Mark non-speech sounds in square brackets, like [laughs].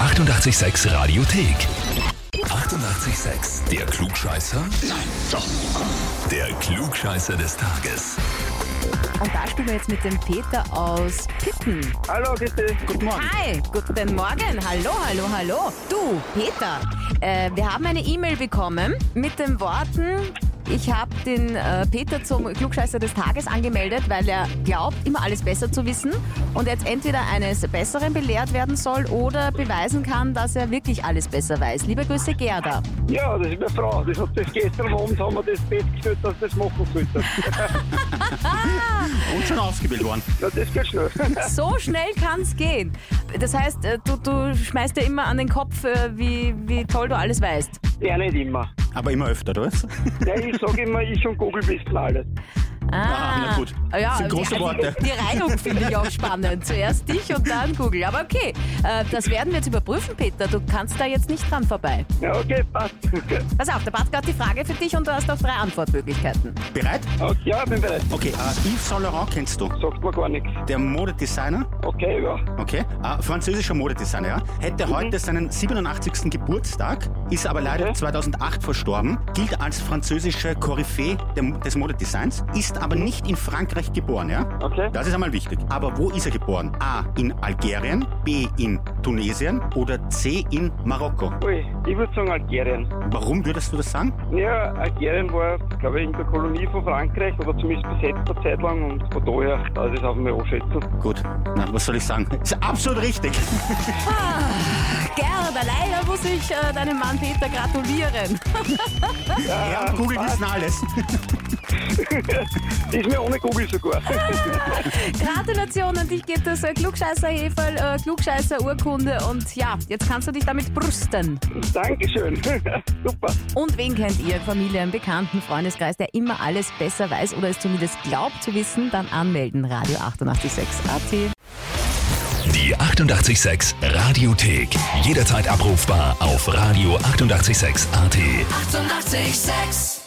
886 Radiothek. 88,6. Der Klugscheißer? Nein, doch. Der Klugscheißer des Tages. Und da spielen wir jetzt mit dem Peter aus Pitten. Hallo, grüß dich. Guten Morgen. Hi, guten Morgen. Hallo, hallo, hallo. Du, Peter, äh, wir haben eine E-Mail bekommen mit den Worten, ich habe den äh, Peter zum Klugscheißer des Tages angemeldet, weil er glaubt, immer alles besser zu wissen und jetzt entweder eines Besseren belehrt werden soll oder beweisen kann, dass er wirklich alles besser weiß. Liebe Grüße, Gerda. [laughs] Ja, das ist meine Frau. Das hat das gestern Abend haben wir das Bett geführt, dass das machen sollte. Und schon ausgebildet worden. Ja, das geht schnell. So schnell kann's gehen. Das heißt, äh, du, du schmeißt dir immer an den Kopf, äh, wie, wie toll du alles weißt. [laughs] Ja, nicht immer. Aber immer öfter, oder? was? [laughs] Ja, ich sage immer, ich und Google wissen alles. Ah, na gut. Ah, Ja, Das sind große die, Worte. Die Reihung finde ich auch [laughs] spannend. Zuerst dich und dann Google. Aber okay, äh, das werden wir jetzt überprüfen, Peter. Du kannst da jetzt nicht dran vorbei. Ja, okay, passt. Okay, Pass auf, der Bart hat die Frage für dich und du hast auch drei Antwortmöglichkeiten. Bereit? okay ja, bin bereit. Okay, äh, Yves Saint Laurent kennst du. Sagt mir gar nichts. Der Modedesigner, Okay, ja. okay, äh, französischer Modedesigner, ja, Mhm. hätte heute seinen 87. Geburtstag, ist aber leider Mhm. 2008 verstorben, gilt als französische Koryphäe dem- des Modedesigns, ist aber nicht in Frankreich geboren, ja. Mhm. Okay. Das ist einmal wichtig. Aber wo ist er geboren? A. In Algerien, B. In Tunesien oder C. In Marokko. Ui, ich würde sagen Algerien. Warum würdest du das sagen? Ja, Algerien war, glaube ich, in der Kolonie von Frankreich oder zumindest besetzt eine Zeit lang und von daher kann ich das auf mich anschätzen. Gut, na, was soll ich sagen? Ist absolut richtig. Gerda, leider muss ich äh, deinem Mann Peter [laughs] gratulieren. Ja, und Google wissen alles. Ist mir ohne Google sogar. Gratulation an dich geht das äh, Klugscheißer-Heferl, äh, Klugscheißer-Urkunde und ja, jetzt kannst du dich damit brüsten. [laughs] Dankeschön. [laughs] Super. Und wen kennt ihr? Familie, einen Bekannten, Freundeskreis, der immer alles besser weiß oder es zumindest glaubt zu wissen, dann anmelden. Radio 886 AT. Die 88,6 Radiothek. Jederzeit abrufbar auf radio886.at. 88,6. Eighty-eight, sex.